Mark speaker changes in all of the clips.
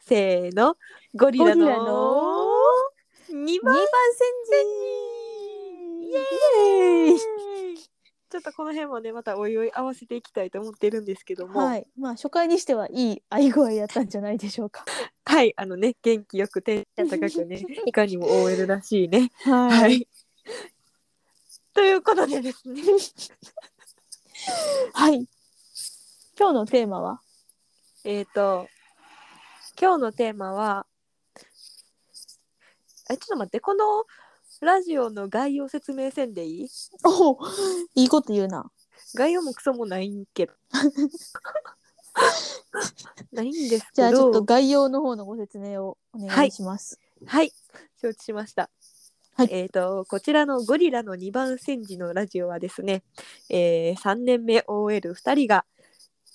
Speaker 1: せーのゴリラ
Speaker 2: ゴリラの
Speaker 1: の2
Speaker 2: 二
Speaker 1: 番
Speaker 2: 番
Speaker 1: イ
Speaker 2: 煎じ
Speaker 1: エーイ
Speaker 2: イエーイ
Speaker 1: ちょっとこの辺もねまたおいおい合わせていきたいと思ってるんですけどもは、
Speaker 2: はいい、まあ初回にしてはいい合い具合やったんじゃないでしょうか。
Speaker 1: あのね元気よくテンション高くねいかにも OL らしいね
Speaker 2: は
Speaker 1: はい、ということでですね
Speaker 2: はい。今日のテーマは
Speaker 1: えっと今日のテーマはえちょっと待ってこのラジオの概要説明せんでいい
Speaker 2: おおいいこと言うな。
Speaker 1: 概要もクソもないん けどないんですけど
Speaker 2: じゃあちょっと概要の方のご説明をお願いします。
Speaker 1: はい、承知しました。
Speaker 2: はい
Speaker 1: えっ、と、こちらのゴリラの2番煎じのラジオはですね、え3年目 OL2 人が、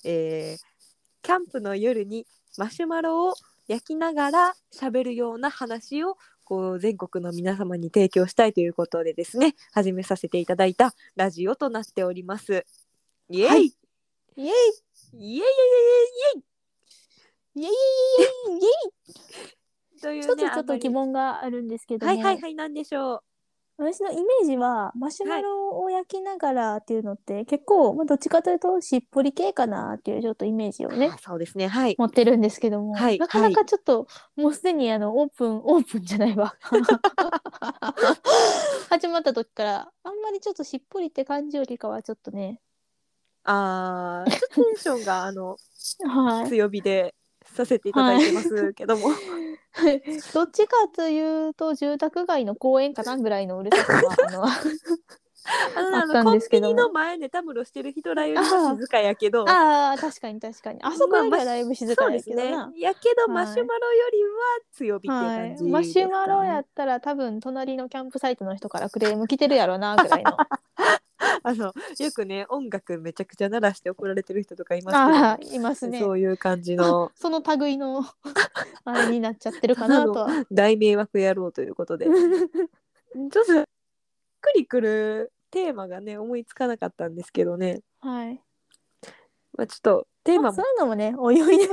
Speaker 1: えーキャンプの夜にマシュマロを焼きながら喋るような話をこう全国の皆様に提供したいということでですね、始めさせていただいたラジオとなっております。イエイ、
Speaker 2: はい
Speaker 1: イ
Speaker 2: イエ
Speaker 1: エイ
Speaker 2: イ
Speaker 1: イエイイエイイエ
Speaker 2: イ
Speaker 1: イとい
Speaker 2: エイイエイイエイイエイ
Speaker 1: う
Speaker 2: 一つ
Speaker 1: ね、
Speaker 2: ちょっと疑問があるんですけ
Speaker 1: あ
Speaker 2: ど
Speaker 1: んま
Speaker 2: も、
Speaker 1: りはいはいはい、なんでしょう。
Speaker 2: 私のイメージはマシュマロを焼きながらっていうのって結構、まあ、どっちかというとしっぽり系かなっていうちょっとイメージをね
Speaker 1: あそうですね、はい。
Speaker 2: 持ってるんですけども、
Speaker 1: はい
Speaker 2: なかなかちょっと、もうすでにあのオープンオープンじゃない わ始まった時からあんまりちょっとしっぽりって感じよりかはちょっとね
Speaker 1: あーちょっとテンションがあの
Speaker 2: はい
Speaker 1: 強火でさせていただいてますけども、
Speaker 2: どっちかというと住宅街の公園かなぐらいのうるささはあの
Speaker 1: あのあの
Speaker 2: あった
Speaker 1: コ
Speaker 2: ん
Speaker 1: ン
Speaker 2: ですけ
Speaker 1: ビ
Speaker 2: ど
Speaker 1: ニ
Speaker 2: も
Speaker 1: の前でたむろしてる人らよりは静かやけど
Speaker 2: あー確かに確かにあそこよりはだいぶ静
Speaker 1: そ
Speaker 2: か
Speaker 1: うで
Speaker 2: ですすけどな、
Speaker 1: ねやけど
Speaker 2: はい
Speaker 1: マシュマロよりは強火っていう
Speaker 2: は
Speaker 1: 感じ、
Speaker 2: い、マシュマロやったら多分隣のキャンプサイトの人からクレーム来てるやろなぐらいのあ
Speaker 1: あのよくね音楽めちゃくちゃ鳴らして怒られてる人とかい ま
Speaker 2: あ ーいますす
Speaker 1: けど、
Speaker 2: ね
Speaker 1: そういう感じ の
Speaker 2: その類のあれになっちゃってるかなとは
Speaker 1: 大迷惑野郎ということでちょっとしっくりくるテーマがね思いつかなかったんですけどね、
Speaker 2: はい
Speaker 1: まあ、ちょっとテー
Speaker 2: ま
Speaker 1: マ
Speaker 2: あ、
Speaker 1: も
Speaker 2: そういうのもねおいおい で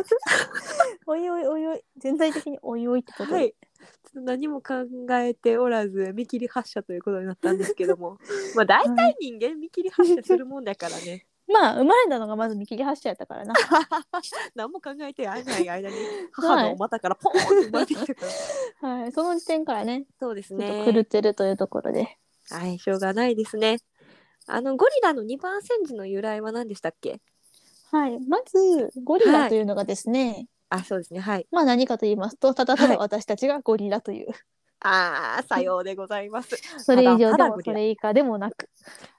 Speaker 2: おいおいおいおい全体的においおいってことで、
Speaker 1: はい、ちょっと何も考えておらず見切り発車ということになったんですけども まあ大
Speaker 2: は
Speaker 1: 体人間見切り発車するもんだからね
Speaker 2: まあ生まれたのがまず見切り発車やったからな
Speaker 1: 何も考えて会えない間に母のお股からポーンって生まれてきたから
Speaker 2: はいその時点からね
Speaker 1: そうです
Speaker 2: ちょっと狂ってるというところで、
Speaker 1: はいしょうがないですねあのゴリラの二番煎じの由来は何でしたっけ
Speaker 2: はいまずゴリラというのがですね、
Speaker 1: あそうですねはい
Speaker 2: まあ何かと言いますとただた
Speaker 1: は
Speaker 2: だ
Speaker 1: い
Speaker 2: 私たちがゴリラという、
Speaker 1: あーさようでございます
Speaker 2: それ以上
Speaker 1: た
Speaker 2: で
Speaker 1: だただ
Speaker 2: も
Speaker 1: ゴリ
Speaker 2: そ
Speaker 1: ラ
Speaker 2: れ以下でもなく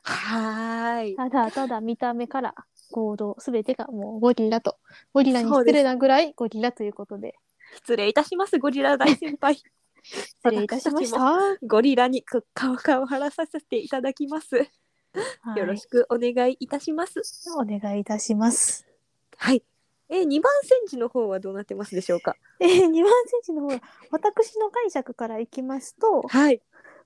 Speaker 1: はーい
Speaker 2: ただただ見た目から行動すべてがもうゴリラとゴリラに
Speaker 1: そう
Speaker 2: 失
Speaker 1: です
Speaker 2: 礼なぐらいゴリラということで
Speaker 1: 失礼いたしますゴリラ大先輩
Speaker 2: 失礼いたしまし
Speaker 1: 私
Speaker 2: た、
Speaker 1: たゴリラに顔を張らさせていただきますよろしくお願いいたします。
Speaker 2: はいお願いいたします
Speaker 1: はい。えー、二番煎じの方はどうなってますでしょうか。
Speaker 2: えー、2番センチの方私の解釈からいきますと
Speaker 1: はい。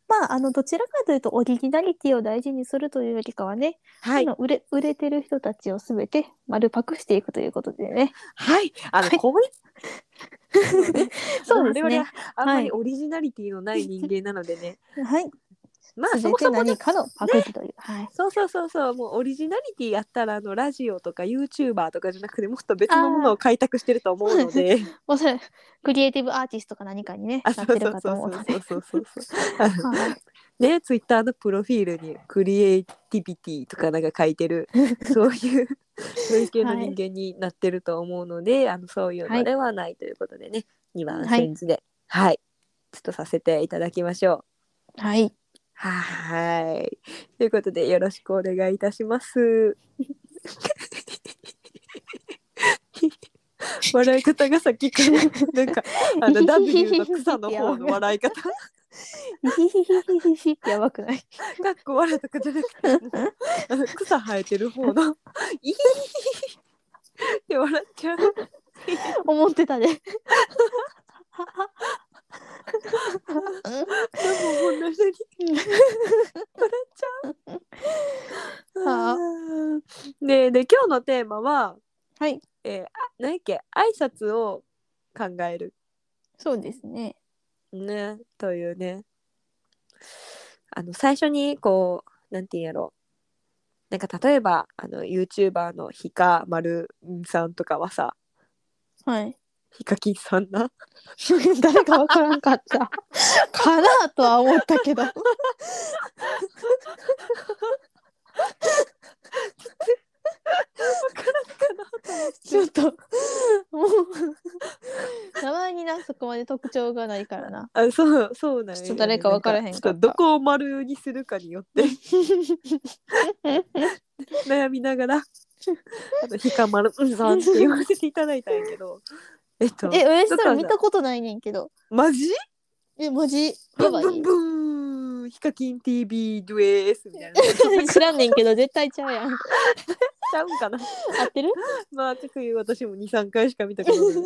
Speaker 2: まああのどちらかというとオリジナリティを大事にするというよりかはね、
Speaker 1: はい
Speaker 2: あ。の売れ売れてる人たちをすべて丸パクしていくということでね
Speaker 1: はい。あの、
Speaker 2: はい
Speaker 1: こういう。
Speaker 2: そうで
Speaker 1: 我
Speaker 2: すね
Speaker 1: 々はあんまり
Speaker 2: はい
Speaker 1: オリジナリティのない人間なので ね。
Speaker 2: はい
Speaker 1: まあ、そ
Speaker 2: 全
Speaker 1: も
Speaker 2: て
Speaker 1: そもね
Speaker 2: 何。かのパクリという、はい
Speaker 1: そうそうそうそう、もうオリジナリティやったら、あのラジオとかユーチューバーとかじゃなくて、もっと別のものを開拓してると思うので。
Speaker 2: もう それクリエイティブアーティストか何かにね
Speaker 1: あ、
Speaker 2: な
Speaker 1: そ
Speaker 2: っ
Speaker 1: う
Speaker 2: て
Speaker 1: そ
Speaker 2: る
Speaker 1: う
Speaker 2: かと思
Speaker 1: そうう
Speaker 2: の
Speaker 1: そ
Speaker 2: で
Speaker 1: うそうそうそう。あの
Speaker 2: はい
Speaker 1: ね、ツイッターのプロフィールにクリエイティビティとかなんか書いてるそういうそういう系の人間になってると思うので、あのそういうのではないということでね、二番
Speaker 2: はい
Speaker 1: 煎じではい、ちょっとさせていただきましょう。
Speaker 2: はい
Speaker 1: はーいということでよろしくお願いいたします。 笑い方がさっきからなんかあの W の草の方の笑い方
Speaker 2: イヒヒヒヒヒヒってやばくない
Speaker 1: かっこ悪とかじゃなくてもうあの草生えてる方の「いい!」って笑っちゃう
Speaker 2: 思ってたで、
Speaker 1: でもこんな人に
Speaker 2: はあ
Speaker 1: でで今日のテーマは、
Speaker 2: はい
Speaker 1: えー、あ何やっけ挨拶を考える
Speaker 2: そうですね。
Speaker 1: ねというねあの最初にこうなんて言うんやろなんか例えばあの YouTuber のヒカマルンさんとかはさ
Speaker 2: はい。
Speaker 1: ヒカキンさんな
Speaker 2: 誰かわからんかった。かなとは思った けど。ちょっと、もう、名前にな、そこまで特徴がないから な。
Speaker 1: あそうそうなんや
Speaker 2: ちょっと誰か分からへんかった
Speaker 1: ちょっとどこを丸にするかによって悩みながら あとヒカマルンさんって言わせていただいたんやけどえっと
Speaker 2: え、ウエストラ
Speaker 1: ちょっと
Speaker 2: 見たことないねんけど。
Speaker 1: マジ
Speaker 2: え、マジ、
Speaker 1: ブ
Speaker 2: や
Speaker 1: ン
Speaker 2: ばい
Speaker 1: ブ。ンブンヒカキン TV ドゥエースみたいな
Speaker 2: 知らんねんけど、絶対ちゃうやん。合
Speaker 1: ちゃうんかな
Speaker 2: って る
Speaker 1: まあ、という私も2、3回しか見たこと ない。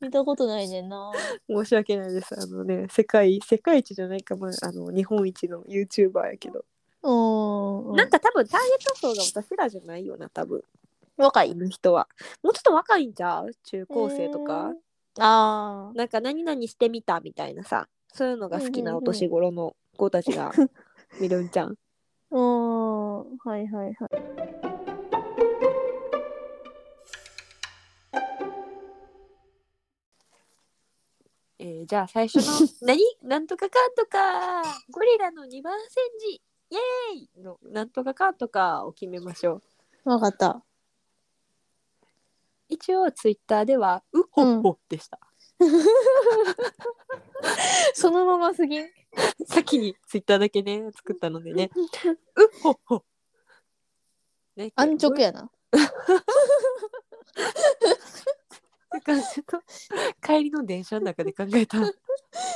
Speaker 2: 見たことないねんな。
Speaker 1: 申し訳ないです。あのね、世界、世界一じゃないか、まあ、あの、日本一の YouTuber やけど。
Speaker 2: うん。
Speaker 1: なんか多分ターゲット層が私らじゃないよな、多分。
Speaker 2: 若
Speaker 1: あ。の人は。もうちょっと若いんちゃう中高生とか。
Speaker 2: えー。あ
Speaker 1: なんか何々してみたみたいなさ、そういうのが好きなお年頃の子たちが見るんちゃん。
Speaker 2: あ。うん。はいはいはい。
Speaker 1: えーじゃあ最初 の、何なんとかかんとか、ゴリラの2番煎じ、イエーイのなんとかかんとかを決めましょう。
Speaker 2: わかった。
Speaker 1: 一応ツイッターでは「うほっほ」でした、
Speaker 2: そのまますぎん。
Speaker 1: 先にツイッターだけね作ったのでね「うほっほ」ね
Speaker 2: 安直やな。
Speaker 1: なんかちょっと帰りの電車の中で考えた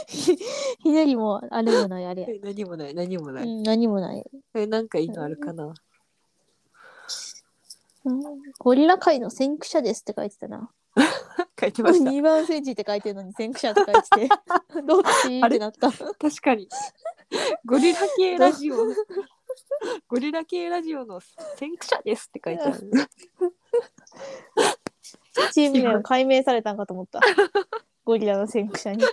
Speaker 2: ひねりもあれもないあれや。
Speaker 1: え何もない何もな
Speaker 2: う
Speaker 1: い、
Speaker 2: ん、何もない。
Speaker 1: えなんかいいのあるかな
Speaker 2: うんゴリラ界の先駆者ですって書いてた な。
Speaker 1: 書いてました
Speaker 2: 2番センチって書いてるのに先駆者って書いて て。どっちってな った。
Speaker 1: 確かにゴリラ系ラジオゴリラ系ラジオの先駆者ですって書いてある
Speaker 2: チーム名を解明されたんかと思った。ゴリラの先駆者に。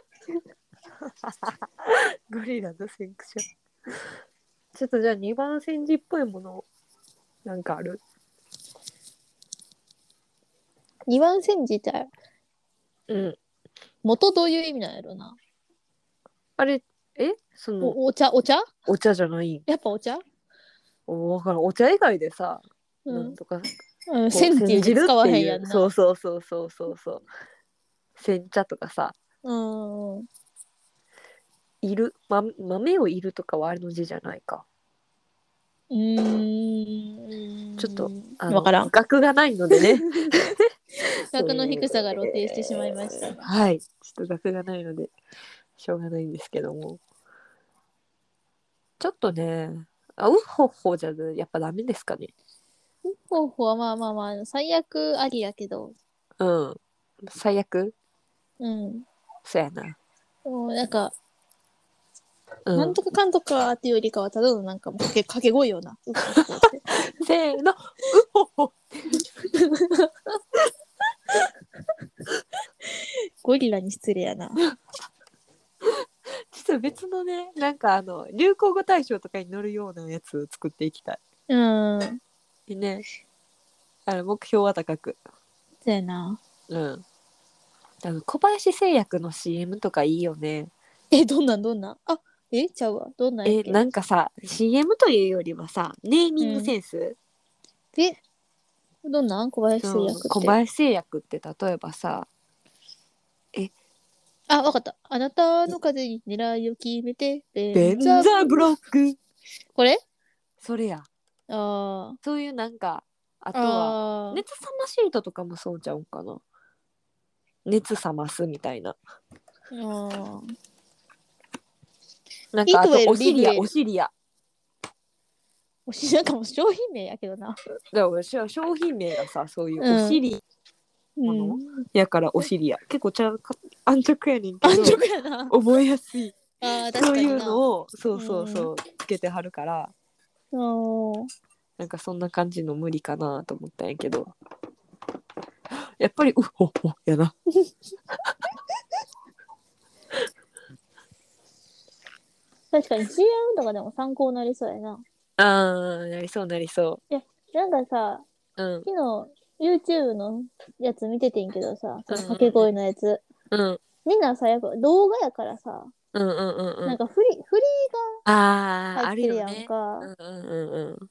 Speaker 1: ゴリラの先駆者ちょっとじゃあ2番煎じっぽいものなんかある
Speaker 2: 2番センチって
Speaker 1: うん
Speaker 2: 元どういう意味なんやろな。
Speaker 1: あれ、えその
Speaker 2: おお茶お茶
Speaker 1: お茶じゃない
Speaker 2: やっぱお茶
Speaker 1: おわからんお茶以外でさ、
Speaker 2: う
Speaker 1: なん
Speaker 2: ん
Speaker 1: とか
Speaker 2: うん。センチで使わへんやんな。
Speaker 1: そうそうそうそうそうそう煎茶とかさ
Speaker 2: うん。
Speaker 1: いる、ま、豆をいるとかはあれの字じゃないか
Speaker 2: うーん
Speaker 1: ちょっとあの
Speaker 2: わからん。
Speaker 1: 学がないのでね
Speaker 2: 額の低さが露呈してしまいましたが。
Speaker 1: はいちょっと学がないのでしょうがないんですけどもちょっとねあうほっほじゃやっぱダメですかね
Speaker 2: 方法はまあまあまああの、最悪ありやけど、
Speaker 1: うん最悪
Speaker 2: うん。
Speaker 1: そうやな、
Speaker 2: もうなんか、
Speaker 1: うん、
Speaker 2: なんとかかんとかっていうよりかは、ただのなんかもうかけ、かけ声ような。
Speaker 1: せーの、うほほ。
Speaker 2: ゴリラに失礼やな。
Speaker 1: ちょっと別のね、なんかあの、流行語大賞とかに乗るようなやつを作っていきた
Speaker 2: うん。そ
Speaker 1: い。ね。あの、目標は高く。
Speaker 2: うやな。
Speaker 1: うん。あの小林製薬の CM とかいいよね。
Speaker 2: え、どんなんどんなんあ、え、ちゃうわ。どんなんや
Speaker 1: え
Speaker 2: っ、け
Speaker 1: なんかさ、CM というよりはさ、ネーミングセンス、
Speaker 2: え、どんなん小林製
Speaker 1: うん
Speaker 2: 薬
Speaker 1: 小
Speaker 2: って。
Speaker 1: 林製薬って例えばさ、
Speaker 2: あ、わかった。あなたの風に狙いを決めて、
Speaker 1: ベンザーブロック。
Speaker 2: これ
Speaker 1: それや。
Speaker 2: あー
Speaker 1: そういうなんか、あとは、
Speaker 2: あー。
Speaker 1: 熱冷まシートとかもそうちゃうんかな熱冷ますみたいな
Speaker 2: あー
Speaker 1: なんかあ
Speaker 2: リグ
Speaker 1: と
Speaker 2: エル
Speaker 1: お尻や
Speaker 2: リグエル
Speaker 1: お尻や
Speaker 2: おし なんかもう商品名やけどな。
Speaker 1: だからしょ商品名がさそういう
Speaker 2: うん
Speaker 1: お尻
Speaker 2: う
Speaker 1: の
Speaker 2: ん。
Speaker 1: やからお尻や、結構ちゃうか安直やねんけ
Speaker 2: 安
Speaker 1: ど
Speaker 2: 直やな。
Speaker 1: 覚えやすい
Speaker 2: ああ、確
Speaker 1: そ
Speaker 2: か
Speaker 1: う
Speaker 2: に
Speaker 1: い
Speaker 2: な。
Speaker 1: うのをそうそうそうつけてはるから
Speaker 2: あー
Speaker 1: なんかそんな感じの無理かなと思ったんやけどやっぱりうほほやな
Speaker 2: 確かに CM とかでも参考になりそうやな。
Speaker 1: あーなりそうなりそ
Speaker 2: なんかさ、
Speaker 1: ううん
Speaker 2: 昨日 YouTube のやつ見ててんけどさ、その
Speaker 1: うん
Speaker 2: 掛け声のやつ。
Speaker 1: うん
Speaker 2: みんなさ、やっぱ動画やからさ、
Speaker 1: うんうんうんう
Speaker 2: なん
Speaker 1: ん
Speaker 2: かフリ、フリ
Speaker 1: あ
Speaker 2: ー
Speaker 1: ー
Speaker 2: が
Speaker 1: あ
Speaker 2: 入
Speaker 1: る
Speaker 2: ってる
Speaker 1: よ
Speaker 2: やん
Speaker 1: ね
Speaker 2: か。
Speaker 1: うんうんうんうん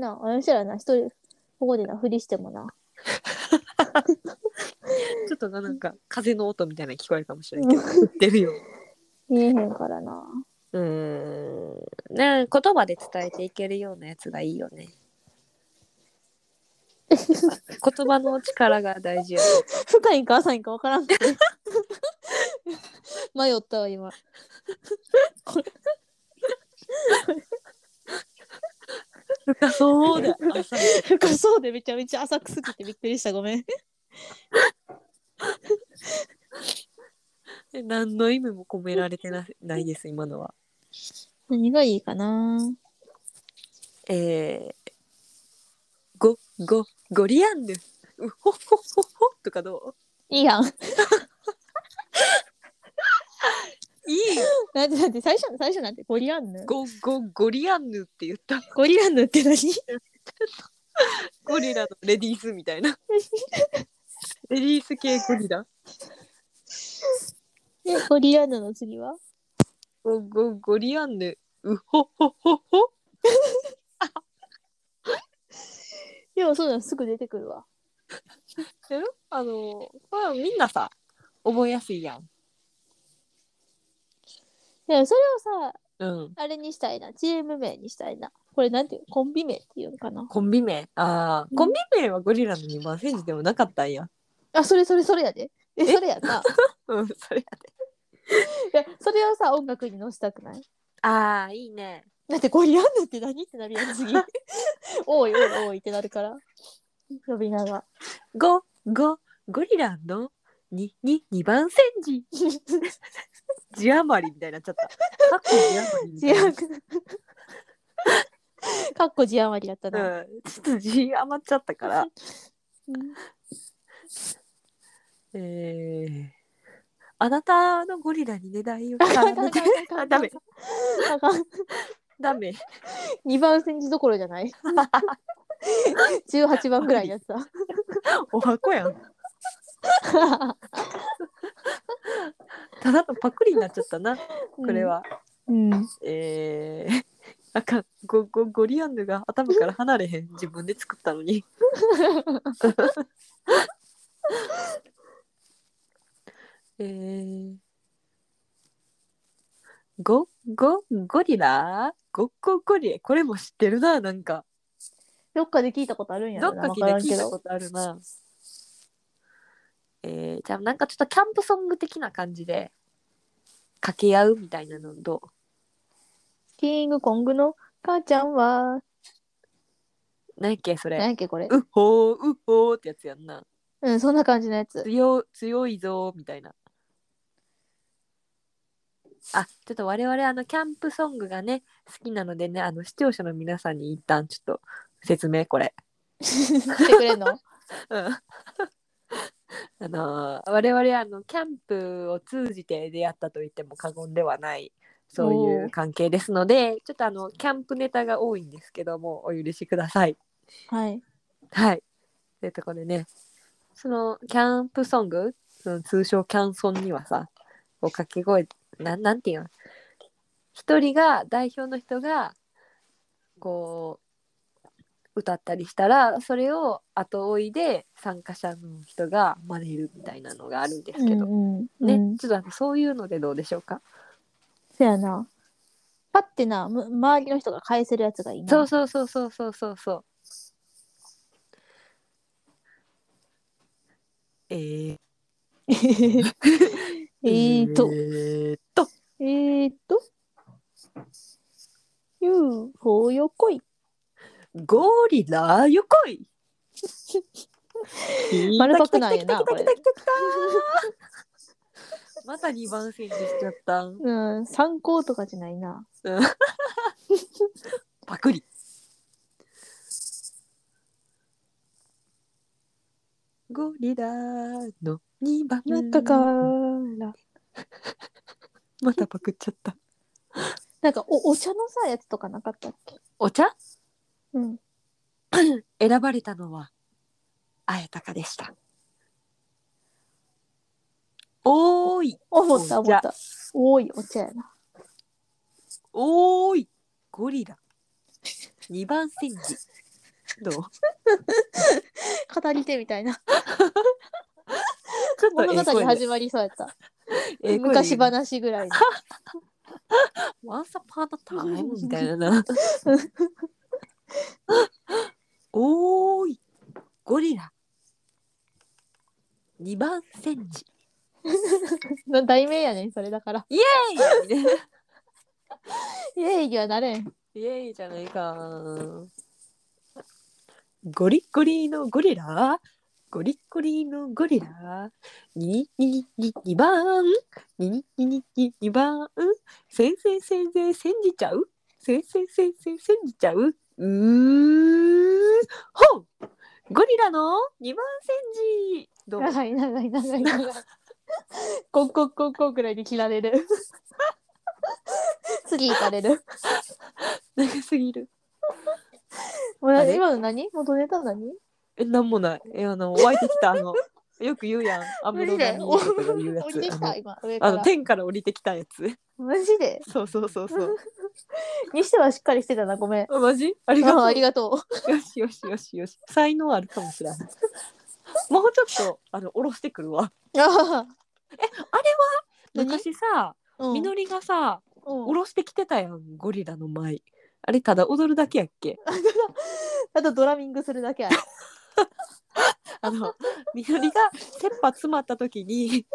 Speaker 2: なあ、あの人らな、一人、ここでな、フリしてもな。
Speaker 1: ちょっとな なんか風の音みたいなの聞こえるかもしれないけど売ってるよ
Speaker 2: 見えへんからな。
Speaker 1: うーんね言葉で伝えていけるようなやつがいいよ ね言葉の力が大事やね
Speaker 2: 深いんか浅いんかわからんくて 迷ったわ、今。
Speaker 1: 深そう だ
Speaker 2: 深そうでめちゃめちゃ浅くすぎてびっくりした、ごめん。
Speaker 1: 何の意味も込められてなないです今のは
Speaker 2: 何がいいかな
Speaker 1: えー、ごごゴリアンヌうほほほほとかど
Speaker 2: いいやん。
Speaker 1: ういいよ
Speaker 2: なんて、なんて、最初、最初なんて、ゴリアンヌ
Speaker 1: ごごゴリアンヌって言った
Speaker 2: ゴリランヌって何
Speaker 1: ゴリラのレディースみたい なレディース系ゴリラ
Speaker 2: えゴリランヌの次は
Speaker 1: ゴゴゴリアンヌうほほほほ
Speaker 2: でもそうだ、すぐ出てくるわ。
Speaker 1: やろあのまあみんなさ覚えやすいやん
Speaker 2: でもそれをさ、
Speaker 1: うん
Speaker 2: あれにしたいな。チーム名にしたいな。これなんていうコンビ名っていうのかな
Speaker 1: コンビ名ああ
Speaker 2: うん
Speaker 1: コンビ名はゴリラの2番センチでもなかったんや
Speaker 2: あ、それそれそれやで。え、それやな。
Speaker 1: うんそれ
Speaker 2: いや、それをさ、音楽に載せたくない
Speaker 1: ああいいね
Speaker 2: だってゴリランヌって何ってなるやん、 次。おいおいおいってなるから。呼び名が。
Speaker 1: ゴゴゴリラのにに二番センチ字余りみたいになっちゃ った。かっこ字余りみたいな
Speaker 2: 違う。かっこ字余りだったな。
Speaker 1: うん、ちょっと字余っちゃったから。
Speaker 2: うん
Speaker 1: えー、あなたのゴリラに値段 を
Speaker 2: あか
Speaker 1: 絡
Speaker 2: んあ
Speaker 1: め
Speaker 2: か
Speaker 1: て
Speaker 2: んあかん
Speaker 1: あ
Speaker 2: あかん
Speaker 1: ダメ
Speaker 2: あかん
Speaker 1: ダメ
Speaker 2: 2番センチどころじゃない 18番ぐらいのやつだ
Speaker 1: お箱やん ただのパクリになっちゃったな これは、
Speaker 2: うん、うん
Speaker 1: えー、 あかんゴゴゴリアンヌが頭から離れへん自分で作ったのに えー、ゴゴゴリラゴゴゴリラこれも知ってるななんか
Speaker 2: どっかで聞いたことあるんや
Speaker 1: ど
Speaker 2: ろ
Speaker 1: っ
Speaker 2: な
Speaker 1: か
Speaker 2: わ
Speaker 1: で
Speaker 2: からん
Speaker 1: 聞
Speaker 2: け
Speaker 1: いた
Speaker 2: ど
Speaker 1: ことあるなえー、じゃあなんかちょっとキャンプソング的な感じで掛け合うみたいなのどう
Speaker 2: キングコングの母ちゃんは
Speaker 1: 何やっけそれ
Speaker 2: 何やっけこれ
Speaker 1: うっほーうっほーってやつやんな
Speaker 2: うんそんな感じのやつ
Speaker 1: 強強いぞーみたいなあちょっと我々あのキャンプソングがね好きなのでねあの視聴者の皆さんに一旦ちょっと説明これ、
Speaker 2: してくれ んの
Speaker 1: うんあのー我々あのキャンプを通じて出会ったと言っても過言ではないそうい
Speaker 2: お
Speaker 1: う
Speaker 2: ー
Speaker 1: 関係ですのでちょっとあのキャンプネタが多いんですけどもお許しください
Speaker 2: はい
Speaker 1: はい。というところでね、そのキャンプソング、その通称キャンソンにはさ、こう掛け声、なんなんていうの一人が、代表の人が、こう、歌ったりしたら、それを後追いで参加者の人が真似るみたいなのがあるんですけど、
Speaker 2: うんうん
Speaker 1: ね、
Speaker 2: うん、
Speaker 1: ちょっとあのそういうのでどうでしょうか。
Speaker 2: そやなパッてなむ周りの人が返せるやつがいいな
Speaker 1: そうそうそうそうそうそうそう。えー、
Speaker 2: えーと
Speaker 1: えー、と。
Speaker 2: えーっと UFO よこい
Speaker 1: ゴリラよこ い。
Speaker 2: 丸パクなんやな
Speaker 1: 来た来た来た
Speaker 2: こ
Speaker 1: 来た
Speaker 2: れ
Speaker 1: 来た来たまた二番戦時しちゃった。
Speaker 2: うん参考とかじゃないな
Speaker 1: パクリ。ゴリラの2番
Speaker 2: なんかから、
Speaker 1: またパクっちゃった
Speaker 2: なんかおお茶のさやつとかなかったっけ
Speaker 1: お茶
Speaker 2: うん。
Speaker 1: 選ばれたのは綾鷹でしたおーい
Speaker 2: 思った
Speaker 1: お
Speaker 2: 思
Speaker 1: 茶
Speaker 2: った。多いお茶やな。
Speaker 1: おーいゴリラ2番煎じどうちょ
Speaker 2: 語り手みたいな。
Speaker 1: っ
Speaker 2: 物
Speaker 1: ええ
Speaker 2: 語
Speaker 1: 声で
Speaker 2: 始まりそうやった。
Speaker 1: ええ声で
Speaker 2: 昔話ぐらいの。
Speaker 1: ワンサパーのタイムみたいなな。おーい、ゴリラ。2番センチ。
Speaker 2: の 題名やねん、それだから。
Speaker 1: イエーイ
Speaker 2: イエイにはなれん。
Speaker 1: イエーイじゃないか。ゴリッゴリのゴリラ。ゴリッゴリのゴリラ。にににに2番。ににににに2番。せんせんせんせんせんじちゃう。せんせんせんせんせんじちゃう。うーほうゴリラの2番センジどう
Speaker 2: 長い長い長い長い。こんこんこんこんくらいに切られる。 次行かれる。
Speaker 1: 長すぎる。
Speaker 2: もうな
Speaker 1: あれ
Speaker 2: 今の何元ネタ何
Speaker 1: え、なんもない。え、あの、湧いてきた、あの、よく言うやん。安
Speaker 2: 無
Speaker 1: 室
Speaker 2: 理だ
Speaker 1: 奈美恵とか
Speaker 2: よ。
Speaker 1: が言うや
Speaker 2: 降りて
Speaker 1: つ。
Speaker 2: き
Speaker 1: あの
Speaker 2: た、今。上か
Speaker 1: あの
Speaker 2: ら。
Speaker 1: 天から降りてきたやつ。
Speaker 2: マジで
Speaker 1: そうそうそうそう。
Speaker 2: にしてはしっかりしてたな、ごめん。
Speaker 1: あマジありが
Speaker 2: あ
Speaker 1: と
Speaker 2: あ
Speaker 1: う。
Speaker 2: りがと
Speaker 1: よしよしよしよし。才能あるかもしれ ない。もうちょっとあの下ろしてくるわ。
Speaker 2: う。あ何
Speaker 1: 昔さ、
Speaker 2: あ、うん
Speaker 1: みのりがさ、
Speaker 2: うん
Speaker 1: 下ろしてきてたやん、ゴリラの前。あれただ踊るだけやっけ。
Speaker 2: あとドラミングするだけや。
Speaker 1: あ のみのりが切羽詰まった時に。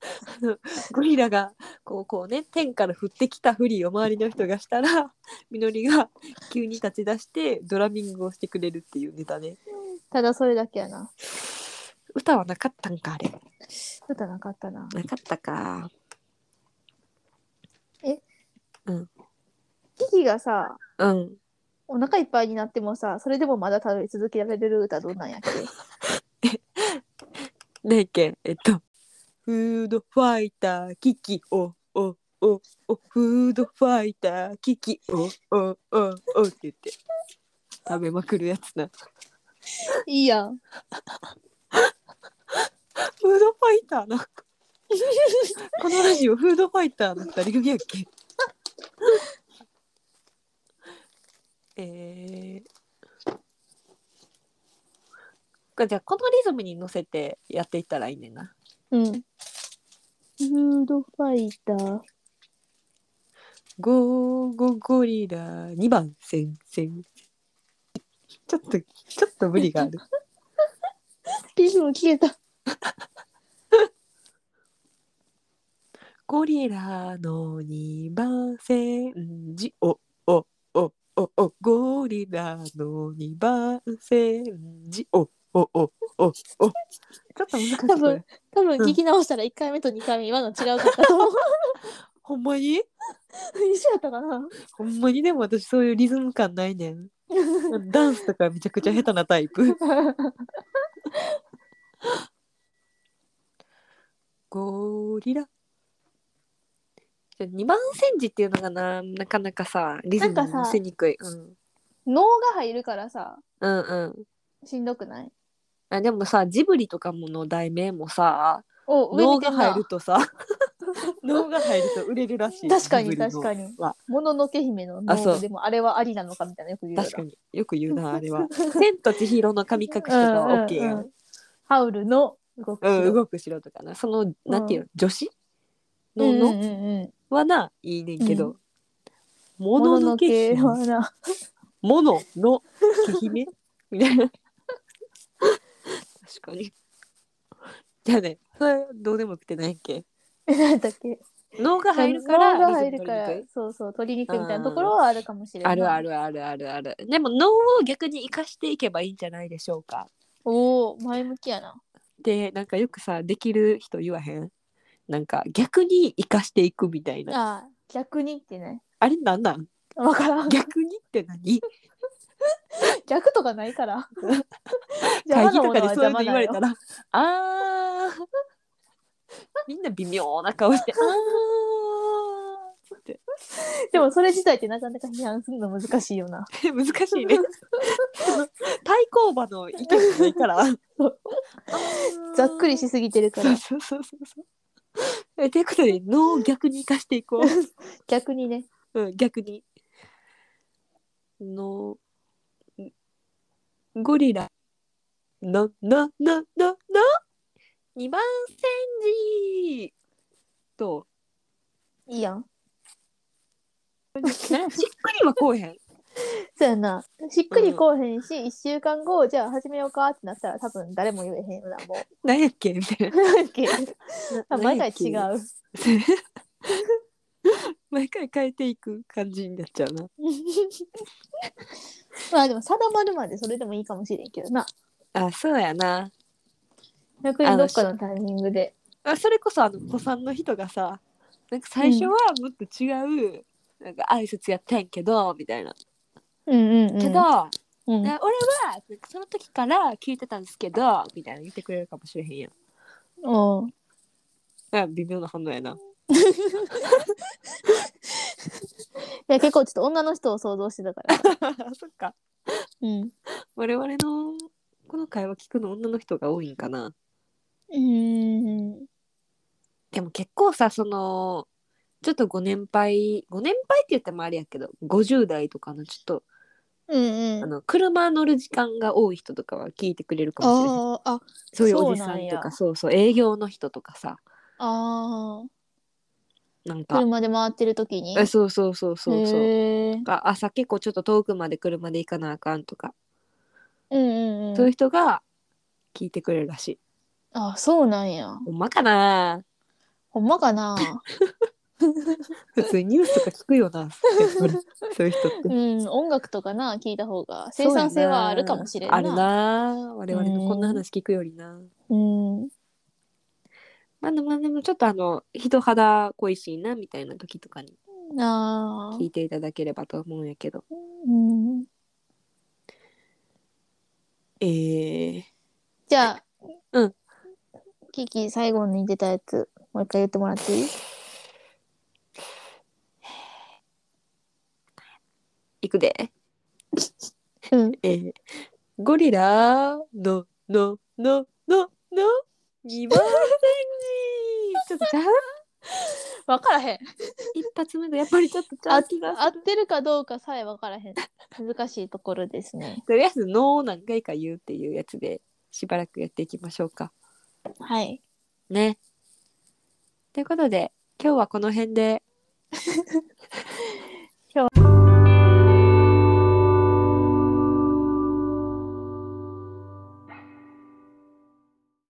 Speaker 1: あのゴリラがこうこうね天から降ってきたふりを周りの人がしたらみのりが急に立ち出してドラミングをしてくれるっていうネタね
Speaker 2: ただそれだけやな。
Speaker 1: 歌はなかったんかあれ
Speaker 2: 歌なかったな。
Speaker 1: なかったか。
Speaker 2: キキがさ、
Speaker 1: うん。
Speaker 2: お腹いっぱいになってもさ、それでもまだ食べ続けられる歌どんなんやっけ
Speaker 1: ねえけん、えっと。フードファイター、キキ、お、お、お、お、フードファイター、キキ、お、お、お、おって言って。食べまくるやつな。
Speaker 2: いいやん。
Speaker 1: フードファイターな。このラジオ、フードファイターの二人組やっけ。えー。じゃあこのリズムに乗せてやっていったらいいねんな。
Speaker 2: うん。フードファイター。
Speaker 1: ゴーゴゴリラ2番せんせんちょっとちょっと無理がある
Speaker 2: リズム切れた。
Speaker 1: ゴリラの2番せんじおおおおおゴリラの2番せんじおおおおおちょっと難しい
Speaker 2: 多
Speaker 1: これ
Speaker 2: 分多分聞き直したら1回目と2回目、今の違うかったと思う。
Speaker 1: ほんまに
Speaker 2: 一緒やったかな
Speaker 1: ほんまにでも私そういうリズム感ないねんダンスとかめちゃくちゃ下手なタイプゴリラ。じゃ2番センチっていうのがななかなかさリズム
Speaker 2: なんかさ
Speaker 1: 乗せにくい。うん
Speaker 2: 脳が入るからさ、
Speaker 1: うんうん。
Speaker 2: しんどくない
Speaker 1: あでもさジブリとかもの題名もさ
Speaker 2: お、上
Speaker 1: 脳
Speaker 2: 見て
Speaker 1: が
Speaker 2: んな
Speaker 1: 入るとさ 脳が入ると売れるらしい。
Speaker 2: 確か
Speaker 1: ジ
Speaker 2: に
Speaker 1: ブリの
Speaker 2: 確かに
Speaker 1: は。
Speaker 2: もののけ姫の
Speaker 1: あそう
Speaker 2: 脳でもあれはありなのかみたいなよく言うよな
Speaker 1: 確かによく言うなあれ は。千と千尋の神隠しとか
Speaker 2: うんうん
Speaker 1: は
Speaker 2: うん
Speaker 1: OK やん。
Speaker 2: ハウルの動き。
Speaker 1: うん、動くしろとかなそのなんていうの女子
Speaker 2: う
Speaker 1: の
Speaker 2: んうん
Speaker 1: の
Speaker 2: うん
Speaker 1: はないいねんけ
Speaker 2: う
Speaker 1: ど。
Speaker 2: うん。
Speaker 1: も
Speaker 2: もの
Speaker 1: の
Speaker 2: の
Speaker 1: のけ
Speaker 2: け
Speaker 1: 姫
Speaker 2: はな。
Speaker 1: モノのけ 姫みたいな。確かに。じゃあね、それどうでもよくてないっけ
Speaker 2: え、なんだっけ
Speaker 1: 脳が入るから、
Speaker 2: 脳が 入る
Speaker 1: リズ
Speaker 2: か
Speaker 1: ム
Speaker 2: ら
Speaker 1: 取りにくい、
Speaker 2: そうそう、取りにくいみたいなところはあるかもしれない。
Speaker 1: あるあ。るあるあるある。でも脳を逆に生かしていけばいいんじゃないでしょうか。
Speaker 2: おお、前向きやな。
Speaker 1: で、なんかよくさ、できる人言わへんなんか逆に生かしていくみたいな。あ
Speaker 2: ああ、逆にってね。
Speaker 1: れなんなん
Speaker 2: わからん。
Speaker 1: 逆にって何
Speaker 2: 逆とかな いから。
Speaker 1: 会議 と
Speaker 2: 邪魔なも
Speaker 1: か
Speaker 2: のは
Speaker 1: でそうい
Speaker 2: 邪
Speaker 1: うの
Speaker 2: 魔
Speaker 1: 言わ
Speaker 2: だ
Speaker 1: れ
Speaker 2: よ
Speaker 1: たら「あー」 みんな微妙な顔して「あ ー」つって
Speaker 2: でもそれ自体ってなかなか批判するの難しいよな。
Speaker 1: 難し いね 対抗馬の意見がないから
Speaker 2: そうざっくりしすぎてるか
Speaker 1: そう
Speaker 2: ら。
Speaker 1: そうそうそうそうえということで脳を逆に生かしていこう、
Speaker 2: 逆にね。
Speaker 1: うん、逆に脳んゴリラななななな二番煎じと
Speaker 2: いい やん。
Speaker 1: しっくりはこう へん
Speaker 2: そうやな。しっくりこうへんし、一週間後、じゃあ始めようかってなったら多分誰も言えへんよな、もう。
Speaker 1: なんやっけみたいな
Speaker 2: あ毎回違う。
Speaker 1: 毎回変えていく感じになっちゃうな
Speaker 2: まあでも定まるまでそれでもいいかもしれんけどな。
Speaker 1: あそうやな
Speaker 2: 逆にどっかのタイミングで。
Speaker 1: あそれこそあの子さんの人がさなんか最初はもっと違う、なんか挨拶やってんけどみたいな、
Speaker 2: うんうんうん。
Speaker 1: けど、な
Speaker 2: うん
Speaker 1: 俺はなんかその時から聞いてたんですけどみたいな言ってくれるかもしれへんやん
Speaker 2: うん。
Speaker 1: あ微妙な反応やない
Speaker 2: や結構ちょっと女の人を想像してたから。
Speaker 1: そっか
Speaker 2: うん。
Speaker 1: 我々のこの会話聞くの女の人が多いんかな
Speaker 2: うん。
Speaker 1: でも結構さそのちょっとご年配ご年配って言ってもあれやけど50代とかのちょっと
Speaker 2: うん
Speaker 1: あ
Speaker 2: うん。
Speaker 1: の車乗る時間が多い人とかは聞いてくれるかもしれない
Speaker 2: ああ、あ
Speaker 1: そういうおじさんと
Speaker 2: そうなんや
Speaker 1: かそうそう営業の人とかさ
Speaker 2: あ
Speaker 1: なんか
Speaker 2: 車で回ってる時に
Speaker 1: えそうそうそうそうそう
Speaker 2: へー
Speaker 1: が朝結構ちょっと遠くまで車で行かなあかんとか、
Speaker 2: うんうんうん
Speaker 1: そういう人が聞いてくれるらしい
Speaker 2: あそうなんや
Speaker 1: ほんまかな
Speaker 2: ほんまか な
Speaker 1: 普通ニュースとか聞くよな そういう人って
Speaker 2: うん音楽とかな聞いた方が生産性はあるかもしれんな
Speaker 1: あるな我々のこんな話聞くよりな
Speaker 2: うん
Speaker 1: まあでもでもちょっとあの人肌恋しいなみたいな時とかに
Speaker 2: あー
Speaker 1: 聞いていただければと思うんやけど
Speaker 2: うん
Speaker 1: えー、
Speaker 2: じゃあ
Speaker 1: うん
Speaker 2: キキ最後に出たやつもう一回言ってもらって いい
Speaker 1: いくで
Speaker 2: うん
Speaker 1: えー、ゴリラののののの二番 煎じちょっとちゃう
Speaker 2: 分からへん
Speaker 1: 一発目がやっぱりちょっとち
Speaker 2: あ
Speaker 1: ゃ
Speaker 2: 合
Speaker 1: う気がする
Speaker 2: ってるかどうかさえ分からへん難しいところですね
Speaker 1: とりあえず「の」を何回か言うっていうやつでしばらくやっていきましょうか
Speaker 2: はい
Speaker 1: ねということで今日はこの辺で